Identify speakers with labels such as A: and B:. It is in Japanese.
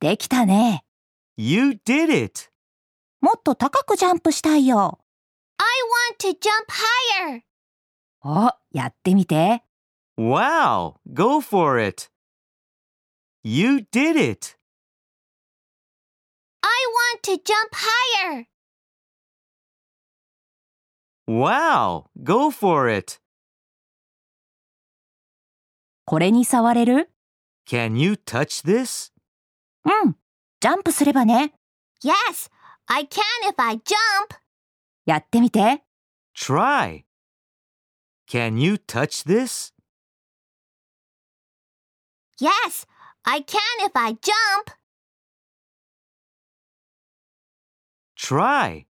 A: できたね。
B: You did it!
A: もっと高くジャンプしたいよ。
C: I want to jump higher.
A: お、やってみて。
B: Wow! Go for it! You did it!
C: I want to jump higher.
B: Wow! Go for it!
A: これに触れる
B: Can you touch this?
A: うん。ジャンプすればね。
C: Yes, I can if I jump.
A: やってみて。
B: Try. Can you touch this?
C: Yes, I can if I jump.
B: Try.